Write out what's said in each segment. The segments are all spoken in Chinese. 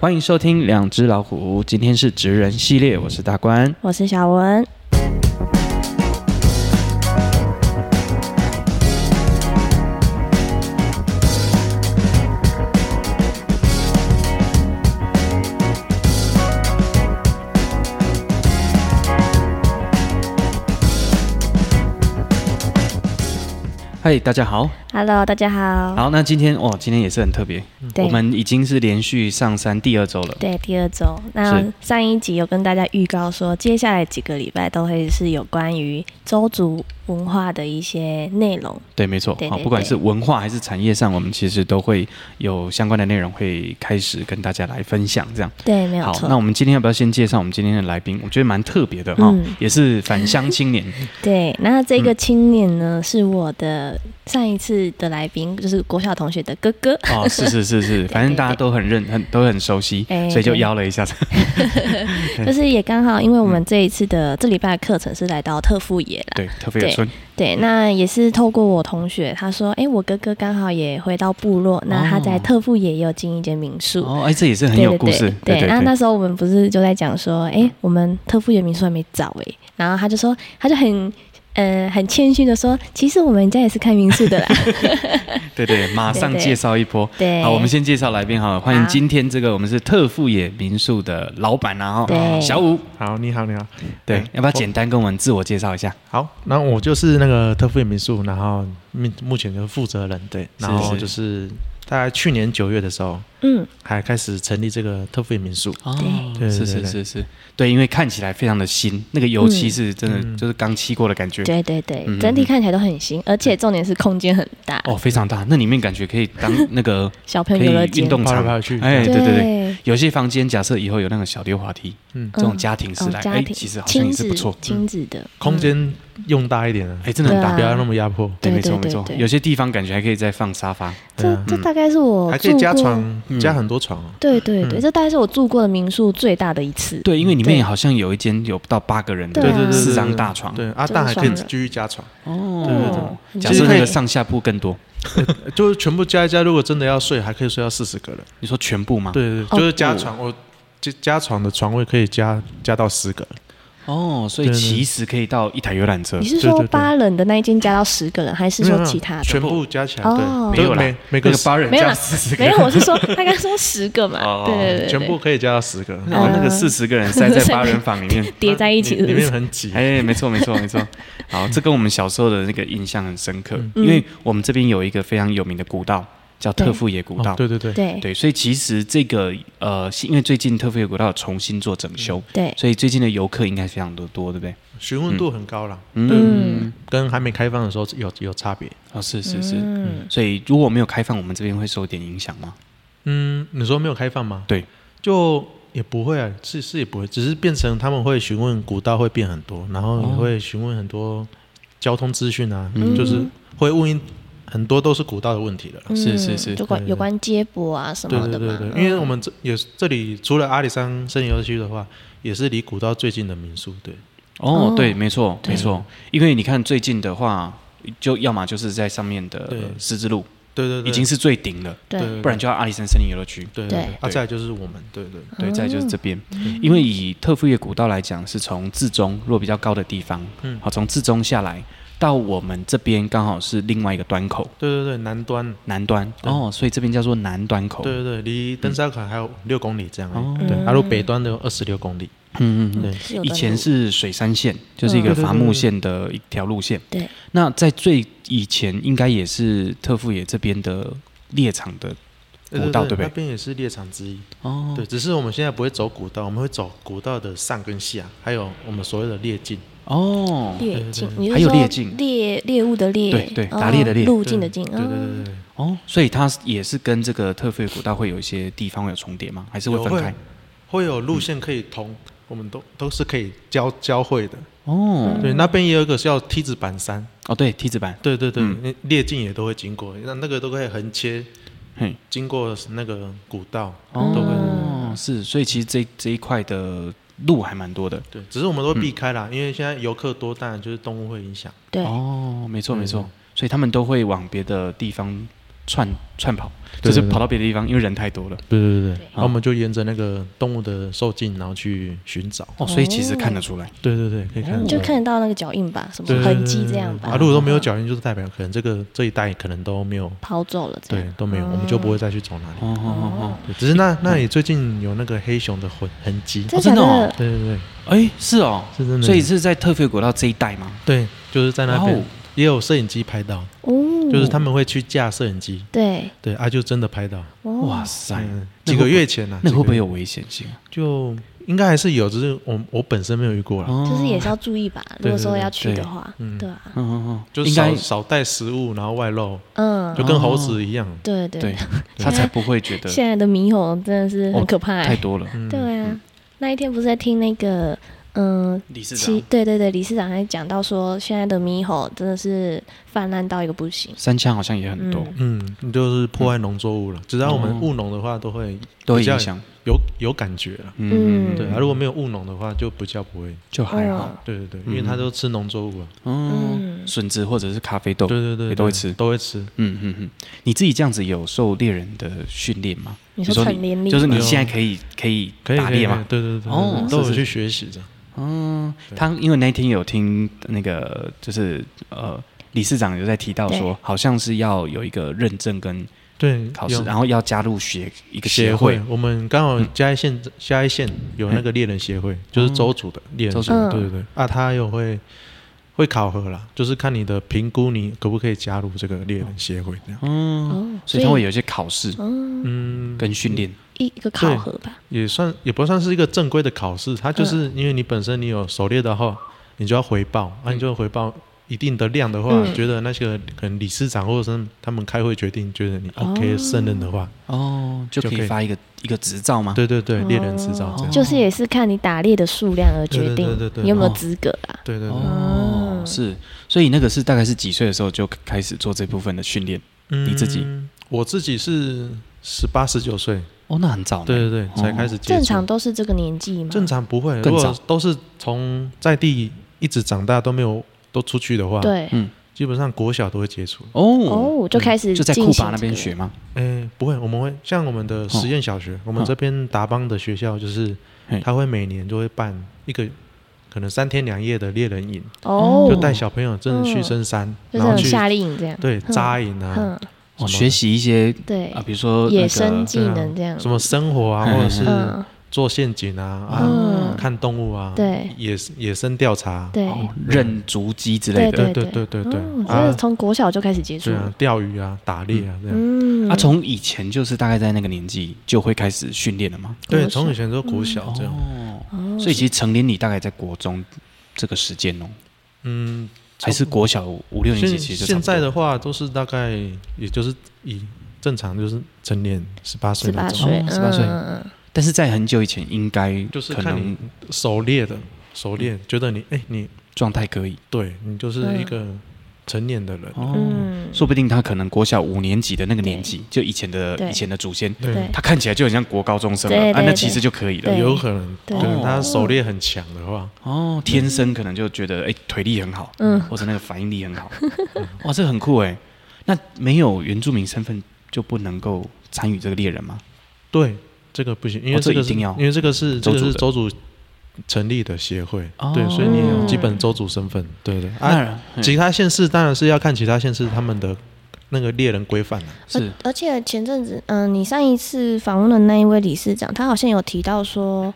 欢迎收听《两只老虎》，今天是职人系列，我是大关。我是小文。嗨，大家好。 Hello，大家好。好，那今天哇，今天也是很特别，对我们已经是连续上山第二周了。对，第二周。那是上一集有跟大家预告说，接下来几个礼拜都会是有关于周族文化的一些内容。对，没错对。好，对不管对是文化还是产业上，我们其实都会有相关的内容会开始跟大家来分享。这样，对，没有好，错。那我们今天要不要先介绍我们今天的来宾？我觉得蛮特别的哈、嗯也是返乡青 年。对，那这个青年呢，是我的上一次的来宾，就是国小同学的哥哥。哦，是是是是，反正大家都很认很都很熟悉，哎所以就对邀了一下子。就是也刚好，因为我们这一次的、这礼拜的课程是来到特富野啦。对，特别有对村。对，那也是透过我同学，他说，哎，我哥哥刚好也回到部落，那他在哦特富野也有经营一间民宿。哦，哎，这也是很对有对故事。对对嗯那那时候我们不是就在讲说，哎，我们特富原民宿还没找哎，然后他就说，他就很。呃，很谦虚的说，其实我们家也是开民 宿的啦。对对， 马上对对介绍一波。对，好，我们先介绍来宾好了，欢迎好今天这个我们是特富野民宿的老板然后对小五，好，你好，你好，对嗯，要不要我简单跟我们自我介绍一下？好，那我就是那个特富野民宿，然后目目前就是负责人，对，然后就是大概去年九月的时候，嗯，还开始成立这个特富野民宿，哦对是对是对是是，对，因为看起来非常的新，那个油漆嗯是真的嗯就是刚漆过的感觉。对对对，嗯整体看起来都很新，而且重点是空间很大，哦，非常大，那里面感觉可以 当嗯那个小朋可友以游乐间运，动跑来场。跑去，哎，哎，对对对，有些房间假设以后有那个小溜滑梯，嗯，这种家庭式哦来，家哎，庭其实好像亲也子是不错，嗯亲子的空，间用大一点啊，哎，真的很对啊大。不要那么压迫，对，对没错对没对错，对有些地方感觉还可以再放沙发。对嗯啊这这大概是我还可以加住过，床，嗯加很多床哦，对对对，嗯这大概是我住过的民宿最大的一次。对，因为里对面好像有一间有到八个人的，对啊对对对，四张大床。对啊，就是但还可以双人继续加床，哦，对对对假设那其实可个以上下铺更多，就是全部加一加，如果真的要睡，还可以睡到四十个人，你说全部吗？，对对，哦对就是加床，我加加床的床位可以加加到十个人，哦，所以对对对其实可以到一台游览车你。是对说对对八人的那一间加到十个人，还是没有说没有其他的？全部加起来，啊哦对，没有啦每每那个个八人没有加啦四十个没人有，，我是说他刚刚说十个嘛，对对对，对全部可以加到十个， 然后那个呃四十个人塞在八人房里面。 叠在一起，里是里不面是？很挤。哎，没错，没错，没错。好，这跟我们小时候的那个印象很深刻，嗯因为我们这边有一个非常有名的古道，叫特对富野古道哦。对对对，对对，所以其实这个呃，因为最近特富野古道有重新做整修，对，所以最近的游客应该非常的多，对不对？询问度很高啦，嗯，跟还没开放的时候有有差别。哦，是是是。嗯所以如果没有开放，我们这边会受点影响吗？嗯，你说没有开放吗？对，就也不会啊，是是也不会，只是变成他们会询问古道会变很多，然后也哦会询问很多交通资讯啊，嗯就是会问一很多都是古道的问题了。嗯哦是是是就关对对对有关接驳啊什对么对的对嘛对，，因嗯为我们这也是这里除了阿里山森林游乐区的话，也是离古道最近的民宿。对，哦，哦对，没错，对没错。因为你看最近的话，就要么就是在上面对的十字路对对对，已经是最顶了，对对不然就要阿里山森林游乐区。对对对，啊，对再来就是我们，对对对，嗯再来就是这边，嗯因为以特富野古道来讲，是从至中如果比较高的地方，嗯好，从至中下来到我们这边刚好是另外一个端口对对对，南端南端对哦，所以这边叫做南端口。对对对，离登山口还有六公里这样而已。哦对，嗯阿如北端的有二十六公里。嗯嗯嗯。对，是有以段前路是水山线，就是一个嗯对对对伐木线的一条路线。对那在最以前，应该也是特富野这边的猎场的嗯古道对不对那边也是猎场之一。哦对，只是我们现在不会走古道，我们会走古道的上跟下，还有我们所谓的猎径。哦猎径，对对对你是还有说猎径猎猎物的猎，对对哦打猎的猎路径的径，对对哦对对对，哦，所以它也是跟这个特富野古道会有一些地方会有重叠吗？还是会有分开？会有路线可以通，我们都都是可以交交汇的。嗯哦对，那边也有一个叫梯子板山。哦，对，梯子板，对对对嗯，那猎径也都会经过，那那个都会横切嘿，经过那个古道。都会哦，是，所以其实这这一块的路还蛮多的。对，只是我们都会避开啦，因为现在游客多，当然就是动物会影响。对，哦，没错对没错，所以他们都会往别的地方串串跑，对就是对对跑到别的地方，因为人太多了。对对对对对，然后我们就沿着那个动物的受尽，然后去寻找。哦，所以其实看得出来，对对对，可以看得嗯就出来看得到那个脚印吧，什么对对对痕迹这样吧。嗯啊，如果都没有脚印，就是代表可能这个这一带可能都没有，跑走了，这对样，都没有，我们就不会再去走那里。哦哦哦对只是那那里最近有那个黑熊的痕痕迹。真哦假真的哦的？对对对，哦，哎，是哦，是真的。所以是在特费国道这一带吗？对，就是在那哇边哦也有摄影机拍到，哦，就是他们会去架摄影机，对，对啊，就真的拍到。哦哇，塞，嗯那几会不个会月前呢，那会不会有？有危险性啊？就应该还是有，只是我我本身没有遇过啦。哦就是也是要注意吧。如对果说对要去的对话，嗯对啊，嗯嗯就嗯，是应少该哦少带食物，然后外露，嗯就，跟猴子一样。对对对，他才不会觉得 现在的猕猴真的是很可怕欸、太多了。嗯，对啊，那一天不是在听那个，嗯、理事其长，对对对，理事长还讲到说，现在的猕猴真的是泛滥到一个不行。三枪好像也很多，嗯嗯，就是破坏农作物了。只要我们哦务农的话，都会都会比较影响。有有感觉了。嗯哦对啊，如果没有务农的话，就比较不会。就还好，对对对，嗯因为它都吃农作物啊。嗯，嗯笋子或者是咖啡豆，对对对，也都会对吃都会吃。嗯嗯嗯。你自己这样子有受猎人的训练吗？你比如说说成年礼就是吗你现在可以可以可以打猎可以吗？对对对对，哦对都有是是去学习的。嗯，他因为那天有听那个就是呃理事长有在提到对说，好像是要有一个认证跟对，考试，有然后要加入协一个协会嗯会，，我们刚好嘉义县嘉义县有那个猎人协会，就是州主的猎人协嗯会，对对对，啊，他有会会考核啦，就是看你的评估，你可不可以加入这个猎人协会这样。嗯，哦，所以他会有一些考试嗯嗯，跟训练，一一个考核吧，也算也不算是一个正规的考试，它就是嗯因为你本身你有狩猎的话，你就要回报，啊，你就要回报一定的量的话，嗯觉得那些可能理事长或者是他们开会决定，觉得你哦 OK 胜任的话，哦，就可就可以以发一个一个执照吗？对对对，哦猎人执照这样，就是也是看你打猎的数量而决定对对对对对你有没有哦资格啦。对对对，哦，嗯是，所以那个是大概是几岁的时候就开始做这部分的训练？你自己嗯我自己是十八十九岁，哦，那很早呢，对对对，才开始接触。正常都是这个年纪嘛，正常不会，更如早果都是从在地一直长大都没有都出去的话，对嗯，基本上国小都会接触。哦，哦，就开始就在进库行巴那这边个学吗？哎，不会，我们会像我们的实验小学，我们这边达邦的学校就是哦嘿，他会每年就会办一个。可能三天两夜的猎人营，哦，嗯就带小朋友真的去深山，就嗯然后是去夏令营这样，对嗯扎营啊，嗯，哦，什么学习一些对啊，，比如说那野个生技对啊能这样，什么生活啊，嗯或者是嗯做陷阱啊，啊，嗯，看动物啊，对野野生调查，对哦认足迹之类的。对对对对对对对哦，真的啊，从国小就开始接触对啊了，，钓鱼啊，打猎啊，这样。嗯，啊，从以前就是大概在那个年纪就会开始训练了吗？对，国从以小前都国小这样，哦，哦所以其实成年你大概在国中这个时间哦，嗯，还是国小五六年级现其实就差现不多在的话都是大概，也就是以正常就是成年十八岁十那八种，岁，哦18岁嗯嗯但是在很久以前应该就是可看能你狩猎的狩猎，觉得你哎你状态可以对你就是一个成年的人，哦。嗯，说不定他可能国小五年级的那个年纪，就以前的对以前的祖先，对他看起来就很像国高中生了对啊，对那对其实就可以了对。有可能对可能他狩猎很强的话，哦，天生可能就觉得哎、腿力很好，嗯或者那个反应力很好， 哇，这个很酷哎。那没有原住民身份就不能够参与这个猎人吗？对这个不行，因哦为这这个一是定要因为这个是州这个主是的州主成立的协会哦，对，所以你有基本嗯州主身份，对对啊当。然，嗯其他县市当然是要看其他县市他们的那个猎人规范啊了。是而且前阵子，嗯、你上一次访问的那一位理事长，他好像有提到说，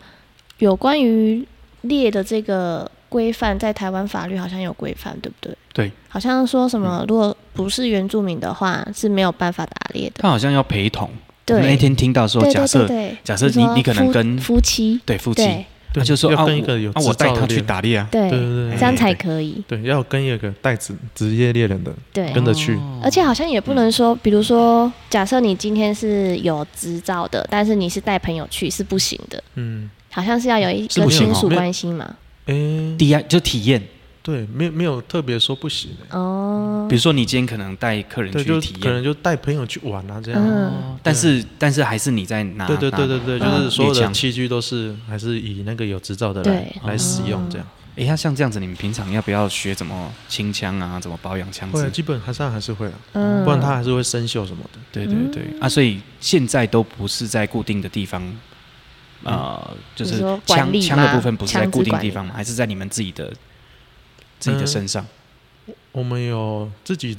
有关于猎的这个规范，在台湾法律好像有规范，对不对？对，嗯好像说什么，如果不是原住民的话，是没有办法打猎的。他好像要陪同。对我啊那天听到说，对假对对设对，假设就你说你可能夫跟夫妻，对夫妻，对他就说要啊，跟一个有我啊我执带照的他猎去人打猎啊，对对，对对，这样才对可以。对，要跟一个带职职业猎人的对，哦跟着去，而且好像也不能说，比如说，假设你今天是有执照的，但是你是带朋友去是不行的，嗯，好像是要有一是个不行亲哦属没有关系嘛。诶，第一就体验，对，没有没有特别说不行的，哦嗯比，如说你今天可能带客人对，去就体可验，能就带朋友去玩啊这样。嗯，但是但是还是你在拿对对对拿对对，拿就是所有猎的枪器具都是还是以那个有执照的来对来使用这样。哎、哎，那像这样子，你们平常要不要学怎么清枪啊，怎么保养枪会啊，支？基本还上还是会啊，嗯，不然它还是会生锈什么的。对对对、啊，所以现在都不是在固定的地方，呃，就你是说管枪理枪的吗部分不是在枪支固定管地理方吗？还是在你们自己的自己的嗯身上？我们有自己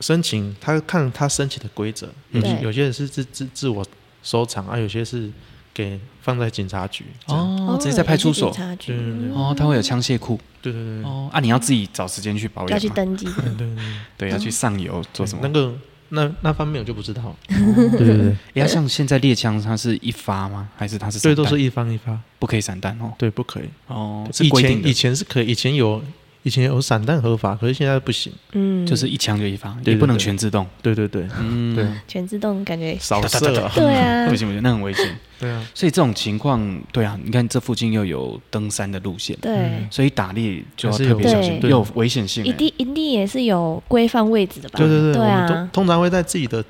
申请，他看他申请的规则，有对有些人是自自自我收藏啊，有些是给放在警察局。这样，哦，直接在派出所也是警察局对对对哦，他会有枪械库对对对对哦啊，你要自己找时间去保养要去嘛，登嗯记，对对对，对，要去上游做什么那？个那那方面我就不 知道。对对 对，哎，那像现在猎枪它是一发吗？还是它是所以散都弹是一方一发，不可以散弹哦？对，不可以。哦，是以规定前以的，前是可以，以前有以前有散弹合法，可是现在不行。嗯，就是一枪就一发，对也不能对对全自动。对对对嗯，对，全自动，感觉扫哒哒射哒啊。对啊 不，行不行，那很危险。对啊，所以这种情况，对啊，你看这附近又有登山的路线，对，所以打猎就要还是特有别小心，对有危险性欸。一定一定也是有规范位置的吧？对对对对，我们啊通，通常会在自己的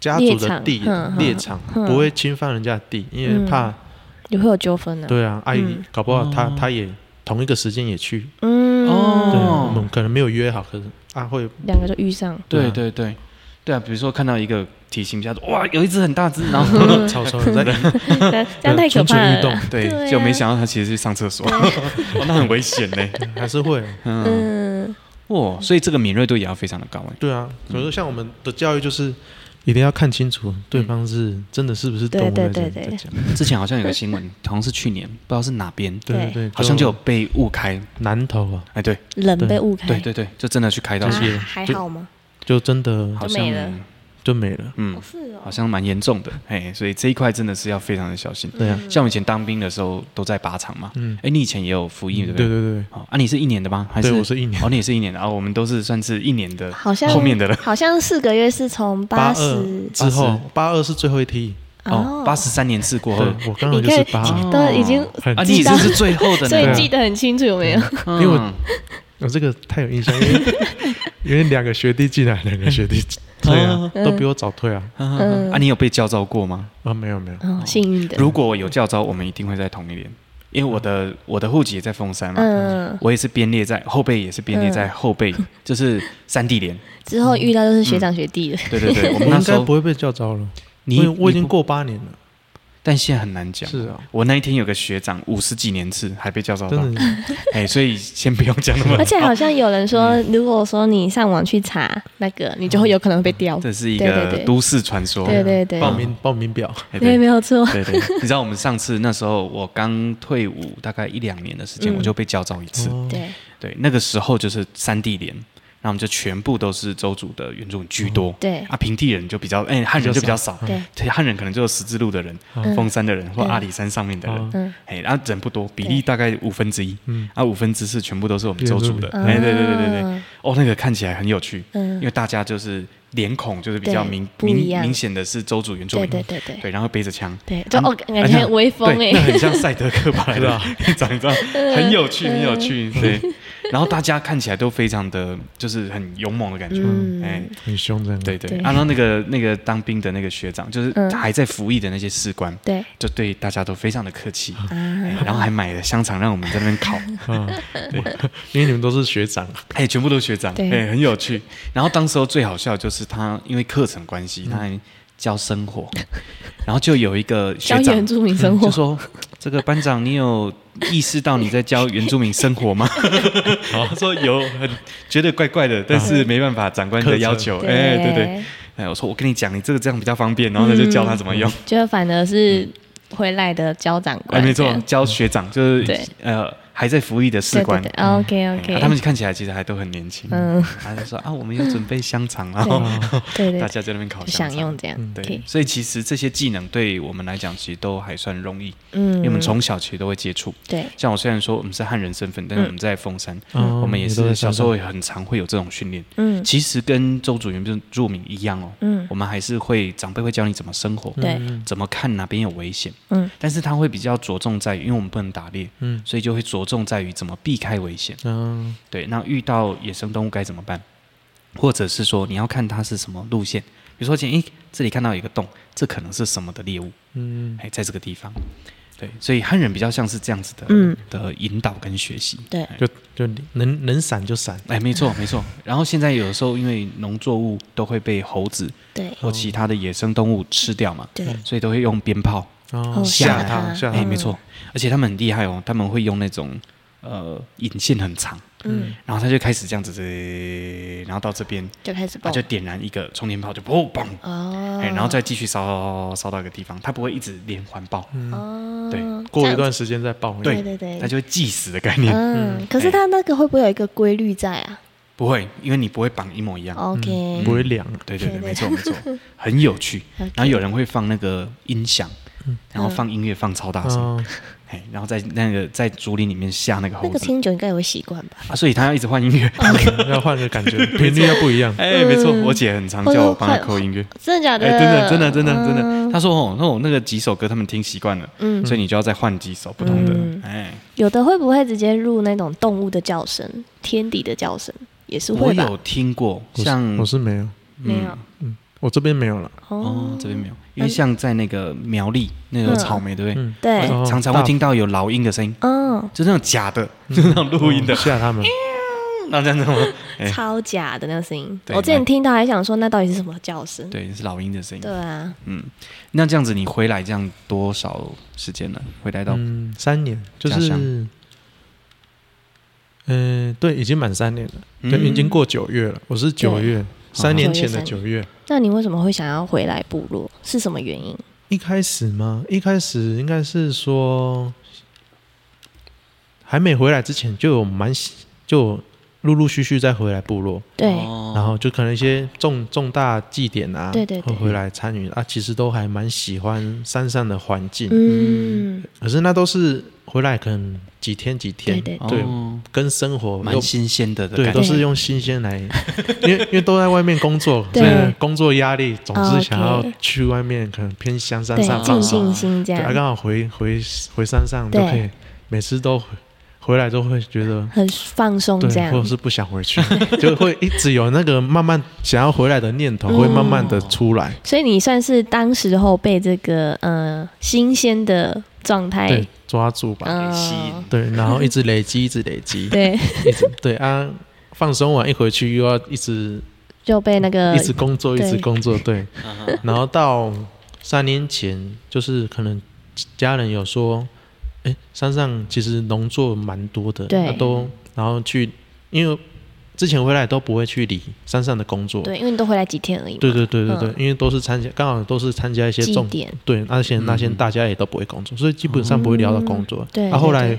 家族的地猎场嗯哼猎场，哼不会侵犯人家的地，因为怕也会有纠纷的，对啊，阿姨嗯搞不好他哦他也同一个时间也去，嗯，哦对，我们可能没有约好，可是啊会两个就遇上，对对对对对啊，比如说看到一个体型比较哇，有一只很大只，然后 吵吵 在这样太可蠢怕蠢欲了动啦，，对对，啊就没想到他其实去上厕所， 哦，那很危险呢。还是会嗯，嗯，哇，所以这个敏锐度也要非常的高哎。对啊。所以说，像我们的教育就是一定要看清楚对方是真的是不是动物对在对在对在讲，之前好像有个新闻，好像是去年，不知道是哪边，对对对对，好像就有被误开。南投啊，哎，对人被误开，对对对，就真的去开到啊，就是，是还就好吗？就真的好就像没了就没了，嗯，是哦好像蛮严重的。哎，所以这一块真的是要非常的小心。嗯对啊，像我以前当兵的时候都在靶场嘛，嗯，哎，你以前也有服役对对不对对？对，哦，啊，你是一年的吗？还对是我是一年哦，你也是一年的啊，我们都是算是一年的好像后面的了。好像四个月是从八八十二之后，八二是最后一梯，哦，八十三年次过后对，我刚好你就看是八二，都已经啊，很你已经是最后的所以呢，嗯记得很清楚，有没有？因啊因为我我哦这个太有印 象，因为因为两个学弟进来，两个 学弟退啊，都比我早退啊。嗯啊，你有被叫招过吗？啊，没有没有，哦，幸运的，嗯如果有叫招，我们一定会在同一年，因为我的嗯我的户籍也在凤山嘛，嗯，我也是编列在后背，也是编列在后背，就是三地连。之后遇到就是学长学弟了，对对 对，我我们那应时该候不会被叫招了。你因为你我已经不，过八年了。但现在很难讲。是啊，我那一天有个学长五十几年次还被叫招到，真的是哎，所以先不用讲那么 而。且好像嗯有人说，如果说你上网去查那个，你就会有可能会被调。这是一对对个对都市传说。对对对，啊报名报名表，哎对，对没有错。对对，你知道我们上次那时候我刚退伍大概一两年的时间，嗯我就被叫招一次。哦对对，那个时候就是三地连，然后我们就全部都是州主的原住民居多。嗯对嗯啊，平地人就比较，哎、汉人就比较少，对，对，汉人可能就有十字路的人、嗯凤山的人或嗯阿里山上面的人，嗯哎、然后人不多，比例大概五分之一，嗯，啊，五分之四全部都是我们州主的，嗯哎、对对对对对，嗯哦，那个看起来很有趣，因嗯，为大家就是脸孔就是比较对明不明一样明显的是州主原住对民，对对对对然后背着枪。对，就哦，哎感觉很威风对那哎，很像赛德克巴莱的长 这样，很有趣，很有趣。嗯对，然后大家看起来都非常的，就是很勇猛的感觉。哎嗯，很凶这样。对对对，啊，然后那个那个当兵的那个学长，就是嗯他还在服役的那些士官，对就对大家都非常的客气，哎啊，然后还买了香肠让我们在那边 烤，啊，因为你们都是 学长，哎，全部都学长，对哎，很有趣。然后当时候最好笑的就是他因为课程关嗯系，他还教生活，然后就有一个学教长嗯原住民生活就，说这个班长，你有意识到你在教原住民生活吗？ 他哦说有，很觉得怪怪的，嗯但是没办法，长官的要求，哎，对对，，哎，我说我跟你讲，你这个这样比较方便，然后嗯呢就教他怎么用，就反而是会赖的教长哎，官，没错，教学长就是对呃还在服役的士官。 ，OK 哎 OK，啊他们看起来其实还都很年轻，哦嗯，他就说啊，我们有准备香肠，然后 对对大，家在那边烤就香想肠，用这样，嗯对，所以其实这些技能对我们来讲，其实都还算容易，嗯，因为我们从小其实都会接触。对像我虽然说我们是汉人身份，但是我嗯们在凤山，哦我们也你都在是小山时上候也很常会有这种训练。嗯其实跟周主原住民一样哦，嗯我们还是会长辈会教你怎么生活，对嗯怎么看哪边有危险。嗯，但是他会比较着重在于，因为我们不能打猎，嗯所以就会着重在于怎么避开危险。嗯，对，那遇到野生动物该怎么办？或者是说你要看它是什么路线，比如说今天诶这里看到有一个洞，这可能是什么的猎物？嗯哎，在这个地方，对，所以汉人比较像是这样子的，嗯的引导跟学习。对，就就能能闪就闪，哎，没错没错。然后现在有的时候因为农作物都会被猴子对，或其他的野生动物吃掉嘛，对，所以都会用鞭炮。哦，吓他他吓哎，他，没错，而且他们很厉害哦，他们会用那种呃引线很长，嗯，然后他就开始这样子，然后到这边，就开始他爆就点燃一个充电炮，就砰砰，哦，哎，然后再继续烧烧烧到一个地方，它不会一直连环爆，哦，对这过一样段时间再报名，对对对对它就会计时的概念，哎嗯，可是它那个会不会有一个规律在啊不会，因为你不会绑一模一样。 ？OK，不会凉，嗯对对对，对对没错没错， 很有趣。 OK 嗯然后有人会放那个音响，然后放音乐放超大声， 哦，哎，然后在那个在竹林里面吓那个那猴个哦子听久应该也会习惯吧？啊，所以他要一直换音 乐。 要换个感觉，频率要不一样， 哎，没错，我姐很常或者叫我帮她嗯哦快扣音乐。真的假的？哎，真的，真的，真的，真的。嗯他说哦，那我那个几首歌他们听习惯了，嗯所以你就要再换几首不同嗯的。哎，有的会不会直接入那种动物的叫声、天敌的叫声，也是我会吧有？嗯听过，我是像我是没有，没有我这边没有了，哦哦，，这边没有，因为像在那个苗栗那个嗯草莓，对不对？嗯，对，哦常常会听到有老鹰的声音，嗯，就那种假的，就那种录音的，吓他们， 那这样子吗？嗯哎超假的那个声音，对我之前听到还想说那到底是什么叫声？对，是老鹰的声音对。啊，那这样子你回来这样多少时间了？回来到嗯，三年就家乡是，嗯，对，已经满三年了，对，嗯哦已经过九月了，我是九月，三年前的九月，那你为什么会想要回来部落？是什么原因？一开始吗？一开始应该是说，还没回来之前就有蛮喜就陆陆续续再回来部落，对，哦然后就可能一些重重大祭典啊，对对对会回来参与啊，其实都还蛮喜欢山上的环境，嗯，可是那都是回来可能几天几天，对对哦对跟生活蛮又新鲜的的对感都觉。是用新鲜来， 因为因为都在外面工作，对哦所以工作压力总是想要 OK 去外面，可能偏乡山对，上静放松。静心这对，啊，样，刚好回回回山上就对可以，每次都回回来都会觉得。很放松对这，样或者，是不想 回去，就会一直有那个慢慢想要回来的念哦头，会慢慢的出来。所以你算是当时候被这个呃新鲜的状态对，抓住吧。嗯给吸引对，然后一直累积，一直累积， 对，一直对啊。放松完一回去又要一直就被那个 一直工作，一呃对直工作，对。然后到三年前，就是可能家人有说，哎，山上其实农作蛮多的，对啊都然后去，因为之前回来都不会去理山上的工作，对，因为你都回来几天而已嘛，对对对对对嗯因为都是参加，刚好都是参加一些祭重典，对，那些那些嗯大家也都不会工作，所以基本上不会聊到工作。嗯对然后后对来对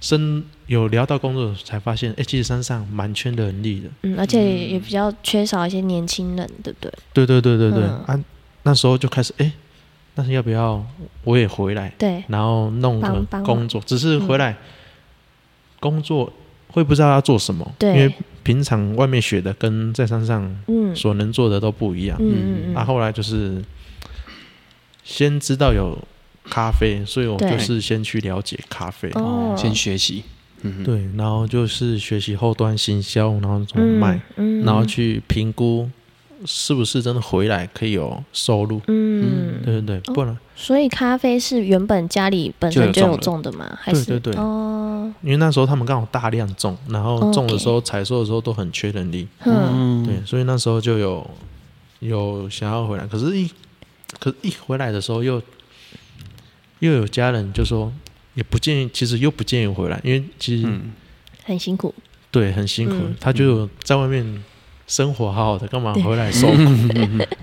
深有聊到工作，才发现，哎，其实山上蛮缺人力的。嗯，而且也比较缺少一些年轻人，对不对？对对对对对、嗯啊！那时候就开始哎，那要不要我也回来，对，然后弄帮个帮忙嗯工作？只是回来、工作会不知道要做什么，对因为平常外面学的跟在山上嗯，所能做的都不一样。嗯嗯啊，嗯，后来就是先知道有咖啡，所以我对就是先去了解咖啡。哦先学习，嗯，对，然后就是学习后端行销，然后怎么卖，嗯，嗯然后，去评估是不是真的回来可以有收入。嗯，对对对，不然、所以咖啡是原本家里本身就有种的吗？还是对对对哦，因为那时候他们刚好大量种，然后种的 OK 时候、采收的时候都很缺人力，哼，嗯，对，所以那时候就有有想要回来，可是一，可是一回来的时候又又有家人就说也不建议，其实又不建议回来，因为其实、嗯，很辛苦，对很辛苦，嗯他就有在外面生活好好的，干嘛对回来 受苦？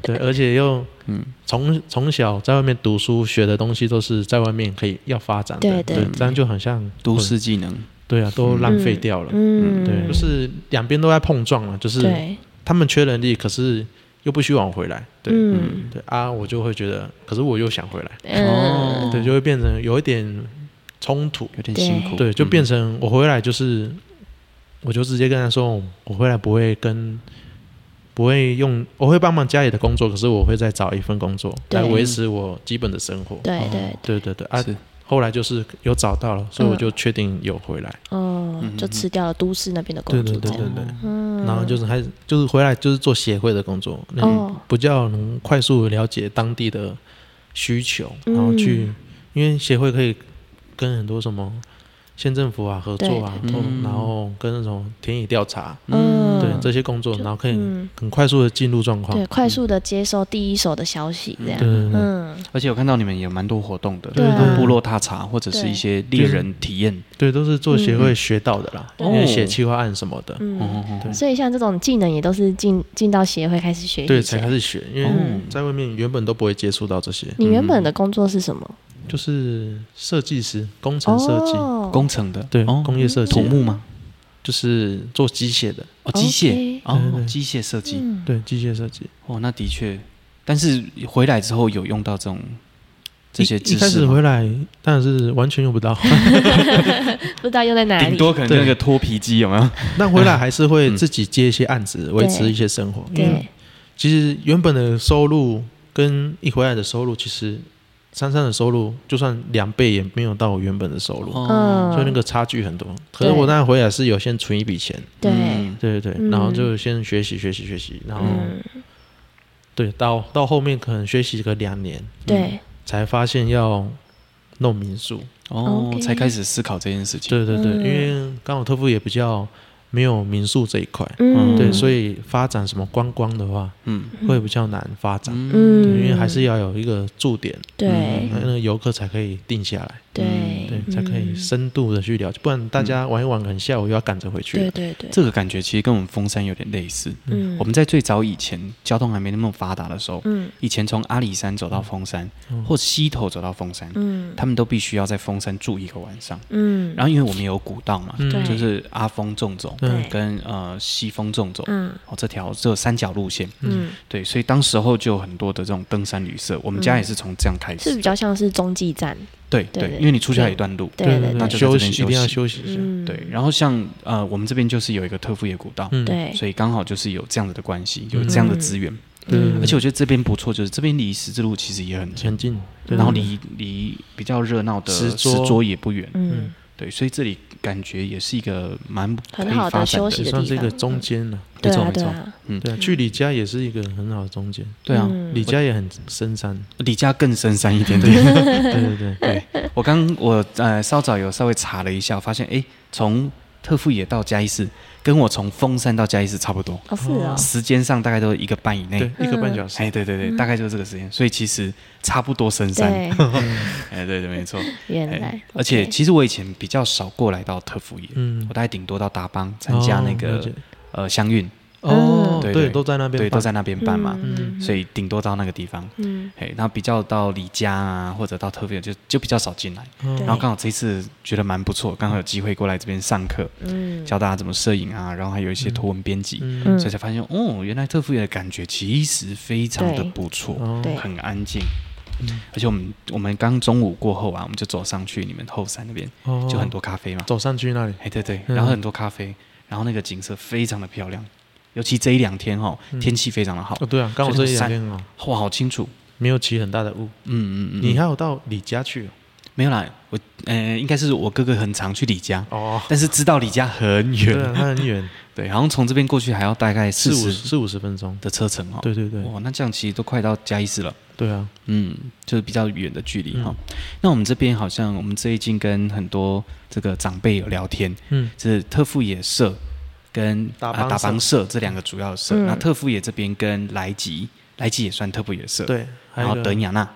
对，而且又嗯从从小在外面读书学的东西都是在外面可以要发展的，对对这样就很像都市技能，对啊，都浪费掉了。嗯，对，就是两边都在碰撞了，就是对，他们缺人力，可是又不希望我回来。对，嗯对啊，我就会觉得，可是我又想回来，嗯，哦对，就会变成有一点冲突。有点辛哦苦，对，就嗯变成我回来就是，我就直接跟他说，我回来不会跟，不会用，我会帮忙家里的工作，可是我会再找一份工作对来维持我基本的生活。对哦对，对对对啊，是后来就是有找到了，所以我嗯就确定有回来。哦，就吃掉了都市那边的工对作，对对这样对对。哦嗯，然后就是还就是回来就是做协会的工作，那哦比较能快速了解当地的需求，嗯然后去因为协会可以跟很多什么县政府啊合作啊，对对或嗯然后跟那种田野调查，嗯对这些工作，就然后可以嗯很快速的进入状况。对，快速的接收第一手的消息，这样对，对对，嗯，而且我看到你们也蛮多活动的，对啊部落踏查或者是对一些猎人体验，对都是做协会学到的啦，嗯因为哦写企划案什么的，哦嗯，哦哦对所以像这种技能也都是进进到协会开始学习对的，才开始学，因哦为在外面原本都不会接触到这些，你原本的工作是什么？就是设计师、工程嗯设计，哦工程的，对哦，工业设计土啊，木吗？就是做机械的，哦，机械 OK 对对哦，对机械设计，嗯 对机械设计。哦，那的确，但是回来之后有用到这种这些一一知开识始吗，回来，当然是完全 用不到，不知道用在哪顶里。多可能对那个脱皮机有没有？但回来还是嗯会自己接一些案子，维持一些生活。因为对，其实原本的收入跟一回来的收入，其实珊珊的收入就算两倍也没有到我原本的收入，嗯哦，所以那个差距很多。可是我那回来是有先存一笔钱，对，嗯，对对对，嗯然后就先学习学习学习，然后、嗯，对到到后面可能学习个两年，嗯对，才发现要弄民宿。哦， OK 才开始思考这件事情，对对对，嗯因为刚好特富也比较没有民宿这一块，嗯嗯，对，所以发展什么观光的话，嗯会比较难发展，嗯对因为还是要有一个驻点，对嗯那个游客才可以定下来，对嗯对，才可以深度的去了解，不然大家玩一玩，可能下午又要赶着回去对了。对对，这个感觉其实跟我们峰山有点类似。嗯我们在最早以前交通还没那么发达的时候，嗯以前从阿里山走到峰山，嗯或西头走到峰山，嗯他们都必须要在峰山住一个晚上。嗯，然后因为我们有古道嘛，嗯对就是阿峰纵走对跟呃西峰纵走，嗯哦这条这三角路线，嗯，对，所以当时候就有很多的这种登山旅社，我们家也是从这样开嗯是始比，较像是中继站，对对对，对因为你出去还有一段路，对对对对那对，就在这休边息一定要休息一下。嗯，对，然后像呃我们这边就是有一个特富野古道，嗯，对，所以刚好就是有这样子的关系，有这样的资源，嗯而且我觉得这边不错，就是这边离十字路其实也很近，前进，嗯对然后离离比较热闹的石石桌桌也不远，嗯，对，所以这里感觉也是一个蛮可很以好发的展休息也的算是一地个方中间了。对没错啊没对错啊，对啊，距离家也是一个很好的中间，对啊，嗯离家也很深山。离家更深山一 点点。 对对对，对我刚我呃稍早有稍微查了一下，发现哎，诶从特富野到嘉义市，跟我从峰山到嘉义市差不多，哦是哦，时间上大概都一个半以嗯内。对，一个嗯半小时。哎，对对对，大概就是这个时间，所以其实差不多深山。对，哎，对对，没错。原来 哎，，而且 OK 其实我以前比较少过来到特富野，嗯我大概顶多到达邦参加那哦个了解呃乡运，哦，对对，对都在那边对，办，都在那边办嘛，嗯所以顶多到那个地方。嗯哎，然后比较到离家啊，或者到特别就就比较少进来。嗯对然后刚好这一次觉得蛮不错，刚好有机会过来这边上课，嗯，教大家怎么摄影啊，然后还有一些图文编辑，嗯，嗯所以才发现哦，原来特富野的感觉其实非常的不错，哦嗯对很安静。而且我们我们刚中午过后啊，我们就走上去你们后山那边，哦就很多咖啡嘛。走上去那里，哎，对对，嗯然后很多咖啡，然后那个景色非常的漂亮，尤其这一两天哦，天气非常的好，哦，对啊，刚好这所以一那山两天哦，哇，好清楚。没有起很大的雾，嗯嗯嗯，你还有到李家去哦没有啦，我呃，应该是我哥哥很常去李家，哦，但是知道离家很远，对啊，它很远，对，好像从这边过去还要大概四 四五十四五十分钟，的车程哦。对对对，哇，那这样其实都快到嘉义市了，对啊，嗯，就是比较远的距离嗯哈、那我们这边好像我们最近跟很多这个长辈有聊天，嗯，是特富野社跟打帮呃、社打帮社这两个主要的社。嗯那特富野这边跟莱吉，莱吉也算特富野社，，对，还然有后一个德雅纳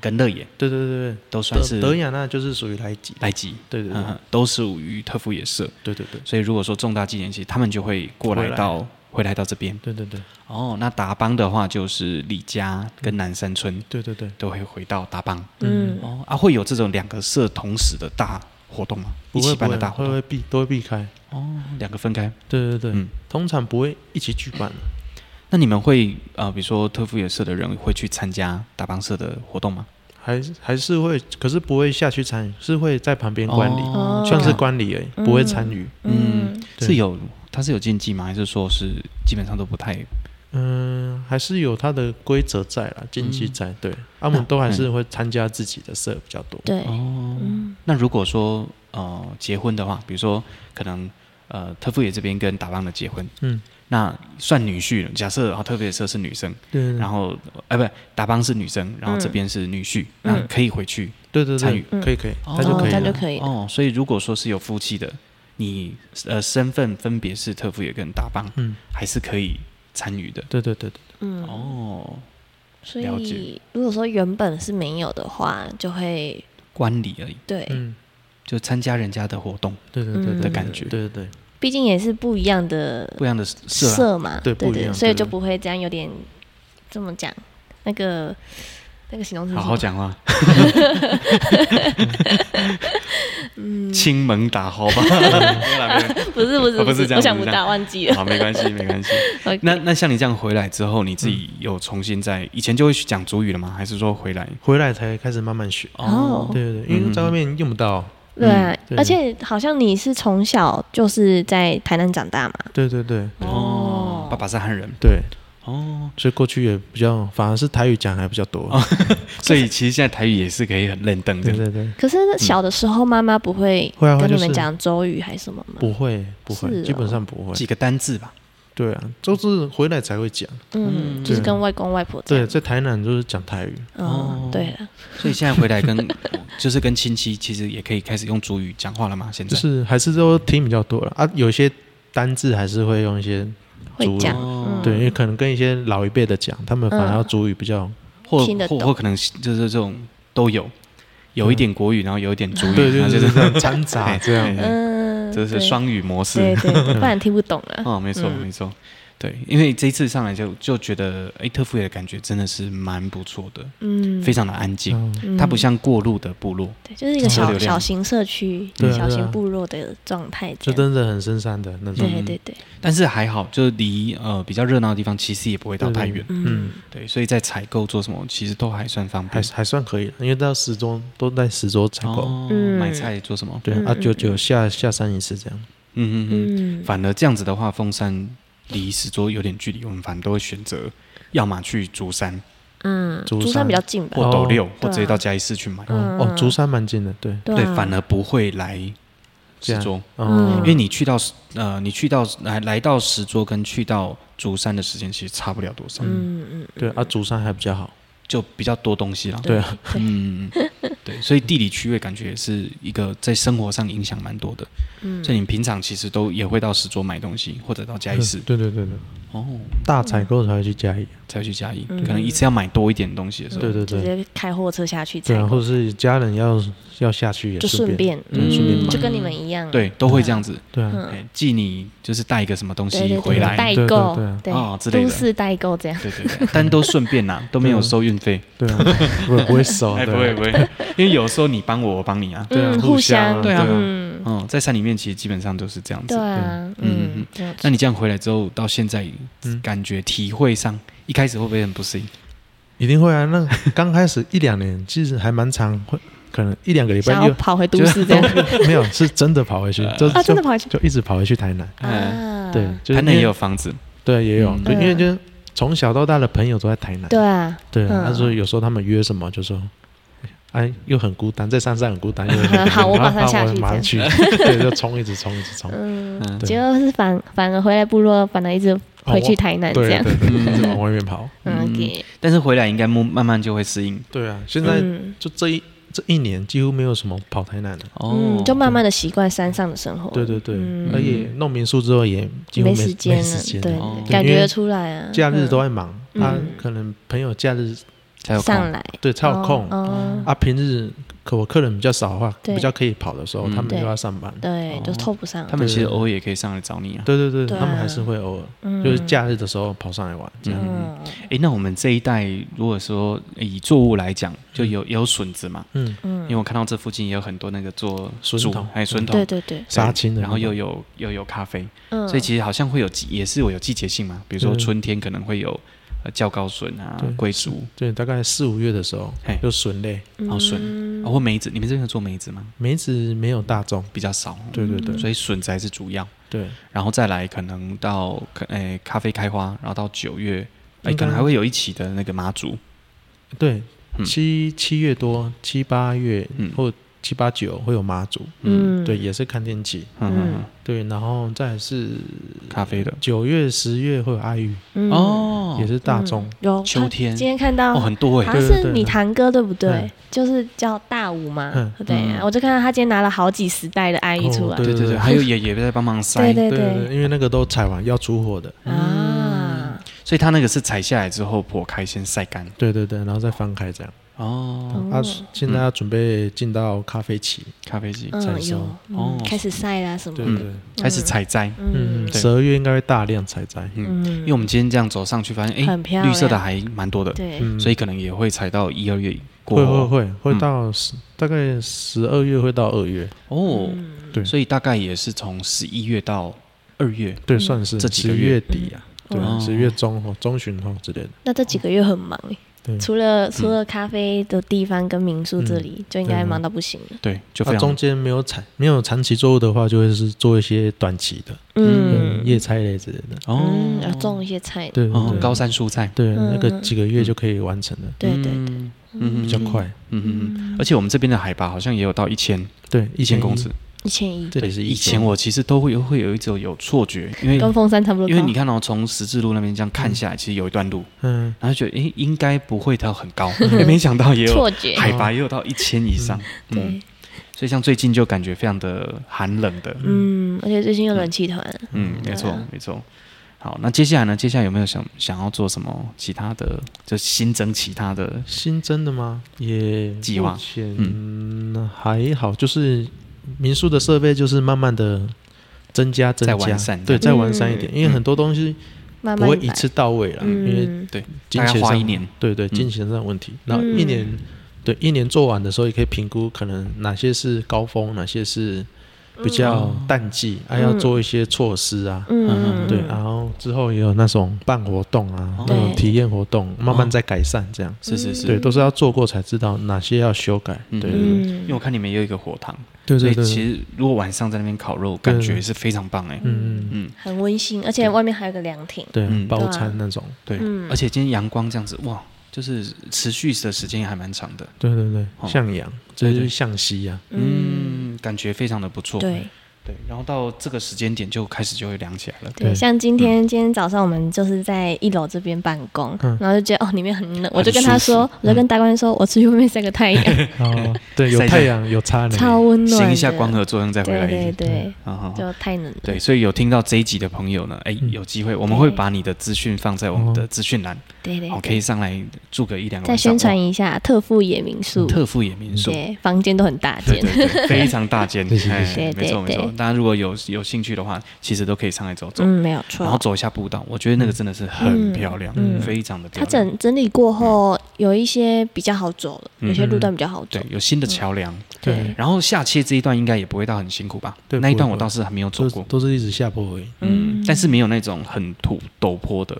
跟乐野对对对对，都算德是德雅那就是属于来吉，莱吉，对对嗯对哼，都是属于特富野社。对对对所以如果说重大纪念期，他们就会过来到回来到这边。对对对哦，那达邦的话就是李家跟南山村对对对，都会回到达邦。嗯哦，啊，会有这种两个社同时的大活动吗？不一会起不办会的大活会动？会避都会避开，哦，两个分开。对对对嗯，通常不会一起举办，啊那你们会呃，比如说特富野社的人会去参加达邦社的活动吗？还是还是会，可是不会下去参与，是会在旁边观礼，哦算是去看观礼而已，嗯不会参与。嗯嗯，对是有，它是有禁忌吗？还是说是基本上都不太？嗯，还是有它的规则在啦，禁忌嗯在。对，啊我那们都还是会参加自己的社比较多。对，哦，嗯那如果说呃结婚的话，比如说可能呃特富野这边跟达邦的结婚，嗯，那算女婿了。假设啊，特富野社是女生，对对对然后哎、不，达邦是女生，然嗯后这边是女婿，那、可以回去对对参与对，可以可以，哦那就可以这嗯样就了。可以了。哦。所以如果说是有夫妻的，你呃身份分别是特富野跟达邦，嗯，还是可以参与的。对对对对，嗯，哦，所了以解如果说原本是没有的话，就会观礼而已，对，嗯，就参加人家的活动，对对对对嗯的对感觉对对对，毕竟也是不一样的不一样的社啊。色嘛，对对不一样所以对就对不会这样有点这么讲那个那个形容词是好什好么，讲话。 亲门打好 吧，没有啦没有啦 不是不是哦不是这样我想不不是这样到，忘记了。 好，没关系，没关系。 OK 那那像你这样回来之后，你自嗯己有重新在以前就会去讲主语了吗？还是说回来？回来才开始慢慢学。哦对对对，因为在外面用不嗯到。对啊、对而且好像你是从小就是在台南长大嘛。对对对哦，爸爸是汉人对，哦，所以过去也比较，反而是台语讲还比较多。所以其实现在台语也是可以很认真对的。对对，可是小的时候，妈妈不会会啊会啊跟你就们是讲周语还是什么吗？不会不是会，哦基本上不会。几个单字吧，对啊，都是回来才会讲。嗯，嗯就是对跟外公外婆这对，样。在台南就是讲台语。嗯，对了，所以现在回 来跟就是跟亲戚，其实也可以开始用主语讲话了嘛。现在就是还是都听比较多了啊，有些单字还是会用一些，会讲。哦嗯对，因为可能跟一些老一辈的讲，他们反而嗯要主语比较，或听得或懂或可能就是这种都有，有一点国语，然后有一点主语，嗯对对然后对就对，是这样掺杂哎这样，哎嗯，这是对双语模式对。对，不然听不懂了。哦，没错嗯没错，对，因为这一次上来就就觉得，哎，特富野的感觉真的是蛮不错的，嗯，非常的安静，嗯嗯它不像过路的部落，对，就是一个车小流量小型社区、对啊小对型啊部落的状态这就样。真的很深山的那种。对对对，但是还好，就离呃比较热闹的地方其实也不会到对对太远，嗯，对，所以在采购做什么其实都还算方还便。还算可以了，因为到十周都在十周采购，哦，嗯买菜做什么？对嗯啊，嗯九九下下山一次这样，嗯嗯嗯，嗯，反而这样子的话，凤山离石桌有点距离，我们反而都会选择要么去竹山嗯，竹竹山山比较近吧或？斗六，或对啊直接到嘉义市去买。哦嗯哦，竹山蛮近的，对，对对啊，嗯反而不会来这石样桌，哦因为你去到呃，你去到来来到石桌跟去到竹山的时间其实差不了多少，嗯嗯，对啊，竹山还比较好，就比较多东西了。对啊， 对嗯，嗯嗯对，所以地理区位感觉也是一个在生活上影响蛮多的。嗯所以你平常其实都也会到石桌买东西，或者到嘉义市对对对对，哦，大采购才会去嘉义，才会去嘉义。嗯可能一次要买多一点东西的时候，对对直对，接开货车下去采对啊，购，或者是家人要要下去也就顺便，便，对顺便嗯，买就跟你们一样，对，都会这样子。对啊，嗯哎，寄你就是带一个什么东对对西对，回来，代对对购对啊，哦之类的都市代购这样，对对对，但都顺便啦，都没有收运费，对啊，不会不会少，哎，对不啊会不会， 因为有时候你帮我，我帮你啊，对啊嗯，互相，相对啊嗯，嗯，在山里面其实基本上都是这样对子。啊，嗯嗯嗯，这样子那你这样回来之后，到现在嗯感觉体会上，一开始会不会很不适应？一定会啊。那刚开始一两年，其实还蛮长，会可能一两个礼拜想要又跑回都市这样， 没有，是真的跑回呃去，就啊，真的就跑 回去就一直跑回去台南。哎，啊，对，就是台因南为也有房子，对也有嗯，就因为就是从小到大的朋友都在台南。对啊，对啊，他嗯说有时候他们约什么，就说。哎，又很孤单，在山上很孤 单。又很孤单好我马上啊下去我马上去，对，就冲，一直冲，一直 冲，嗯，嗯，对啊结果是反反而回来部落，反而一直回去台南这对样，对对，嗯一直往外面跑。嗯嗯，给，但是回来应该慢慢慢就会适应对啊，现在嗯就这一这一年几乎没有什么跑台南的。哦嗯，，就慢慢的习惯山上的生活，对对对，嗯而且弄民宿之后也几乎没没时间没了时，间对了哦，感因觉为得出来啊，假日嗯都在忙，嗯他嗯可能朋友假日才有空上来，对才有空哦，哦啊，平日可我客人比较少的话，对比较可以跑的时候，嗯他们对又要上班。对，就凑不上了，他们其实偶尔也可以上来找你啊。对对对，对啊他们还是会偶嗯尔就是假日的时候跑上来玩这样。嗯哎，那我们这一代如果说以作物来讲，就有有笋子嘛，嗯，因为我看到这附近也有很多那个做笋煮筒还有笋筒对，对对，杀青的那然种，后又有又有咖啡，嗯，所以其实好像会有季也是有有季节性嘛，比如说对春天可能会有呃较高笋啊对、桂竹，对，大概四五月的时候嘿有笋类，然后笋嗯啊或梅子，你们这边有做梅子吗？梅子没有大众。比较少哦，对对对所以笋才是主要，对，然后再来可能到可诶咖啡开花，然后到九月，哎应可该能还会有一起的那个麻竹，对嗯七七月多七八月嗯或七八九会有妈祖，嗯，对，，也是看天气，嗯，对，然后再来是咖啡的九月、十月会有爱玉，嗯，哦也，是大众，嗯有秋看天今天看到哦，很多好哎，像对对是对你堂哥对不对嗯？就是叫大武嘛嗯，对啊，我就看到他今天拿了好几十袋的爱玉出来哦，对对对对，对还有爷爷在帮忙对塞，对对对，因为那个都采完要出货的，啊，所以他那个是采下来之后破开先晒干对对对，然后再翻开这样。哦，哦啊，现在要准备进到咖啡期，咖啡机采嗯收有哦嗯开始晒啦什么对的，对对，开始采摘，嗯嗯，对十二月应该会大量采摘，嗯，嗯，因为我们今天这样走上去，发现哎很，漂亮绿色的还蛮多的，对，嗯，所以可能也会采到一二月过会会后会会嗯到十大概十二月会到二月，哦，嗯对所以大概也是从十一月到二月对，算是这几个十月月底啊，对哦啊，十月中或中旬后之类的，那这几个月很忙欸对，除了除了咖啡的地方跟民宿这嗯里，就应该忙到不行了。对，就非那常啊中间没有产没有长期作物的话，就会是做一些短期的，嗯嗯嗯，叶菜类之类的，嗯，哦要种一些菜，对，哦嗯对高山蔬菜，对嗯那个几个月就可以完成了，对对，嗯嗯比较快，嗯嗯嗯，而且我们这边的海拔好像也有到一千对，一一千千公尺，，一千一，这里是以一前千，我其实都会有会有一种有错觉，因为跟凤山差不多高。因为你看哦，从十字路那边这样看下来，其实有一段路，嗯，然后觉得诶应该不会到很高，诶没想到也有错觉，海拔也有到一千以上，嗯，对，所以像最近就感觉非常的寒冷的，嗯，而且最近有冷气团，嗯，没对错啊没错。好，那接下来呢？接下来有没有想想要做什么其他的，就新增其他的新增的吗？也计划嗯目前还好，就是民宿的设备就是慢慢的增加增再加，完善嗯对，这样再完善一点，因为很多东西嗯慢不慢会来一次啊到位啦，因为嗯，对，金大概钱花上一年，对对，嗯金钱上的问题，然后一年嗯对一年做完的时候，也可以评估可能哪些是高峰，哪些是比较淡季，还要做一些措施啊。嗯，嗯对，然后之后也有那种办活动啊，哦那种对体验活动，慢慢再改善这样。是是是，对，都是要做过才知道哪些要修改。嗯对对对嗯因为我看你们也有一个火塘，对所对以对，其实如果晚上在那边烤肉，感觉是非常棒哎、嗯嗯，很温馨，而且外面还有个凉亭，对嗯包对啊餐那种，对，嗯而且今天阳光这样子，哇，就是持续的时间还蛮长的，对对对哦，向阳，对这对就是向西 啊呀。嗯，嗯，感觉非常的不错，对对然后到这个时间点就开始就会凉起来了，对，对像今天嗯今天早上我们就是在一楼这边办公，嗯然后就觉得哦里面很很冷，嗯我就跟他说，我就跟大官说，我出去外面晒个太 阳，哦，对，有晒一下太阳，有差呢。超温暖的，行一下光合作用再回对来一对点，对，啊哈。就太冷了，对，所以有听到这一集的朋友呢，哎，嗯有机会我们会把你的资讯放在我们的资讯栏，对嗯对哦，对，可以上来住个一两个再晚上。宣传一下特富野民哇，宿特富野民宿，对，房间都很大对间，对对， 非常大间，谢谢哎谢谢没错没对对错。大家如果有有兴趣的话，其实都可以上来走走，嗯，没有然后错。走一下步道，我觉得那个真的是很漂亮，嗯非常的漂亮。它整整理过后，有一些比较好走了，嗯有些路段比较好走对，，有新的桥梁，对对，然后下切这一段应该也不会到很辛苦吧？对那一段不会我倒是还没有走都过，都是一直下坡而已，嗯，但是没有那种很土陡坡的，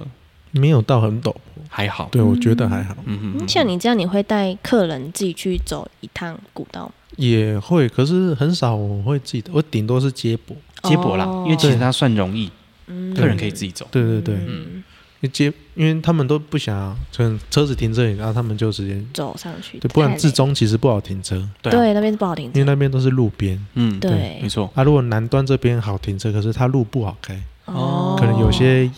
没有到很陡。还好。对，我觉得还好，嗯嗯嗯嗯，像你这样，你会带客人自己去走一趟古道吗？也会，可是很少我会自己的，我顶多是接驳。嗯接驳啦，哦因为其实它算容易，嗯客人可以自己走。对对对，嗯因为接，因为他们都不想要，可能车子停这里，然后他们就直接，走上去，对，不太然累至中其实不好停车，对啊对那边是不好停因为车，那边都是路边。嗯，对没错。啊，如果南端这边好停车，可是它路不好开，哦可能有些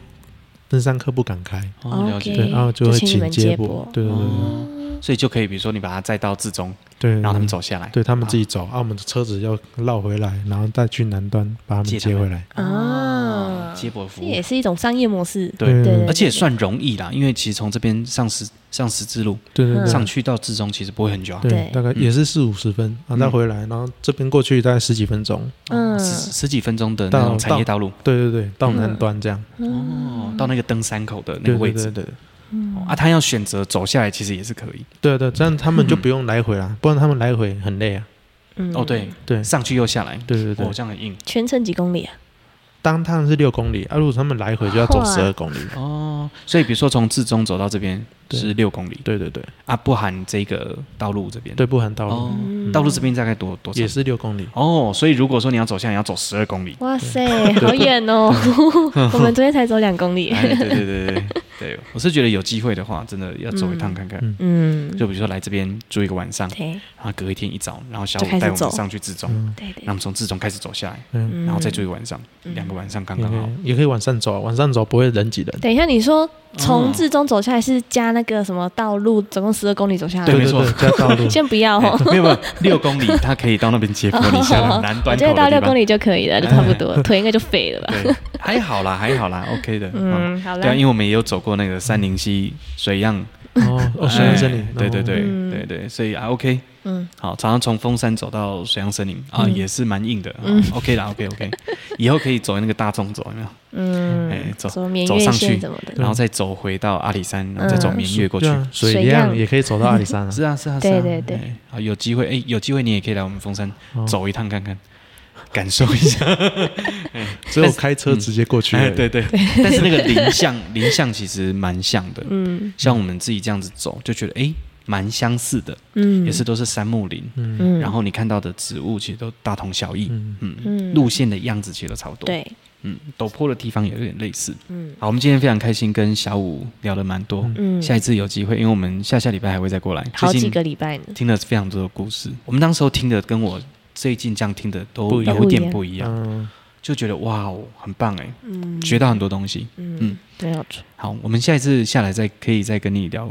登山客不敢开，哦，了解。 OK 对，然后哎就会请你请们接接驳驳，对对对对哦，所以就可以，比如说你把它载到至中，对，嗯让他们，走下来。对他们自己走，啊，我们的车子要绕回来，然后再去南端把他接们他接们回来。哦啊，接驳服这务也。是一种商业模式，对对对对而且也算容易啦，因为其实从这边上十上十字路对对对，上去到至中，其实不会很久啊，嗯对对，大概也是四五十分，然后嗯再回来，然后这边过去大概十几分钟。嗯十十几分钟的那种到产业道路对对对，到嗯南端这样。哦，到那个登山口的那对个位对置对对哦啊，他要选择走下来，其实也是可以对对，这样他们就嗯不用来回啦，不然他们来回很累啊。嗯哦，对，对上去又下来，对对哦，对，这样很硬全程几公里啊？单趟是六公里，啊，如果他们来回就要走哇十二公里。哦，所以比如说从至中走到这边对是六公里对对对，啊，不含这个道路这边，对不含道路哦，嗯道路这边大概多多少也？是六公里。哦，所以如果说你要走下来，你要走十二公里 ，哇塞，好远哦！我们昨天才走两公里，哎哎，对对对对，对，我是觉得有机会的话，真的要走一趟看看。嗯嗯，就比如说来这边住一个晚上，对然后隔一天一早，然后下就开午始带我走们上去自中，嗯对对然后我，们从自中开始走下来，嗯，嗯然后再住一个晚上，两个晚上刚刚好。也可以也可以晚上走啊，晚上走不会人挤人。等一下，你说从至中走下来是加那个什么道路，总共十二公里走下来？对对没错对，加道路先不要哦，哎没有没有，六公里它可以到那边 接驳你下来南我端觉口得到的地六公方。里就可以 了，就嗯差不多，腿应该就废了吧？对，还好啦，还好啦，OK 的。嗯，嗯，好对啊，啦因，为我们也有走过那个三林溪水漾，哦，哦，水哎源森林，对对哦，对嗯对对，所以啊 OK，嗯，好，常常从峰山走到水漾森林啊，嗯也是蛮硬的啊，OK 啦，OK OK，以 后可以走那个大众走有没有？哎嗯，走什么绵走月上线去什么的，然后再走回到阿里山，然后再走嗯绵越过去对。啊水水一样漾也可以走到阿 里山啊。是啊是啊，是对啊对对哎好有机会哎，有机会你也可以来我们峰山哦走一趟看看，感受一下。只有开车直接过 去而已。 哎，对对，但是那个林相 林相其实蛮像的，嗯像我们自己这样子走，就觉得哎，蛮相似的，嗯，也是，都是杉木林，嗯嗯，然后你看到的植物其实都大同小异，嗯，嗯，嗯路线的样子其实都差不多，，对，嗯，陡坡的地方也有点类似。嗯好，我们今天非常开心跟小五聊的蛮多，嗯，下一次有机会，因为我们下下礼拜还会再过来，好最几近个礼拜呢，听了非常多的故事，我们当时候听的跟我最近这样听的都不一样有点不一样，嗯，就觉得哇哦，很棒哎，嗯，学到很多东西。嗯嗯，没有错，好，我们下一次下来再可以再跟你聊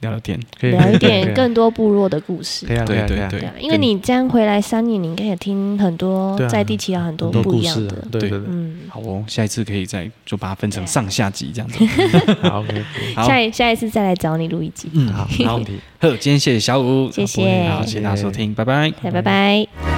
聊聊天。可以聊一点可以更多部落的故事可。以啊，可以啊，啊对可以啊对对啊，因为你这样回来三年，你应该也听很多对啊在地祈祷很多很多不一故样事的啊，，对对对对，嗯，好哦，下一次可以再就把它分成上下集这样子。好，OK，好，下一下一次再来找你录一集，嗯，好，好，没问题。呵，今天谢谢小五，谢谢好，谢谢大家收听，拜拜。那拜拜。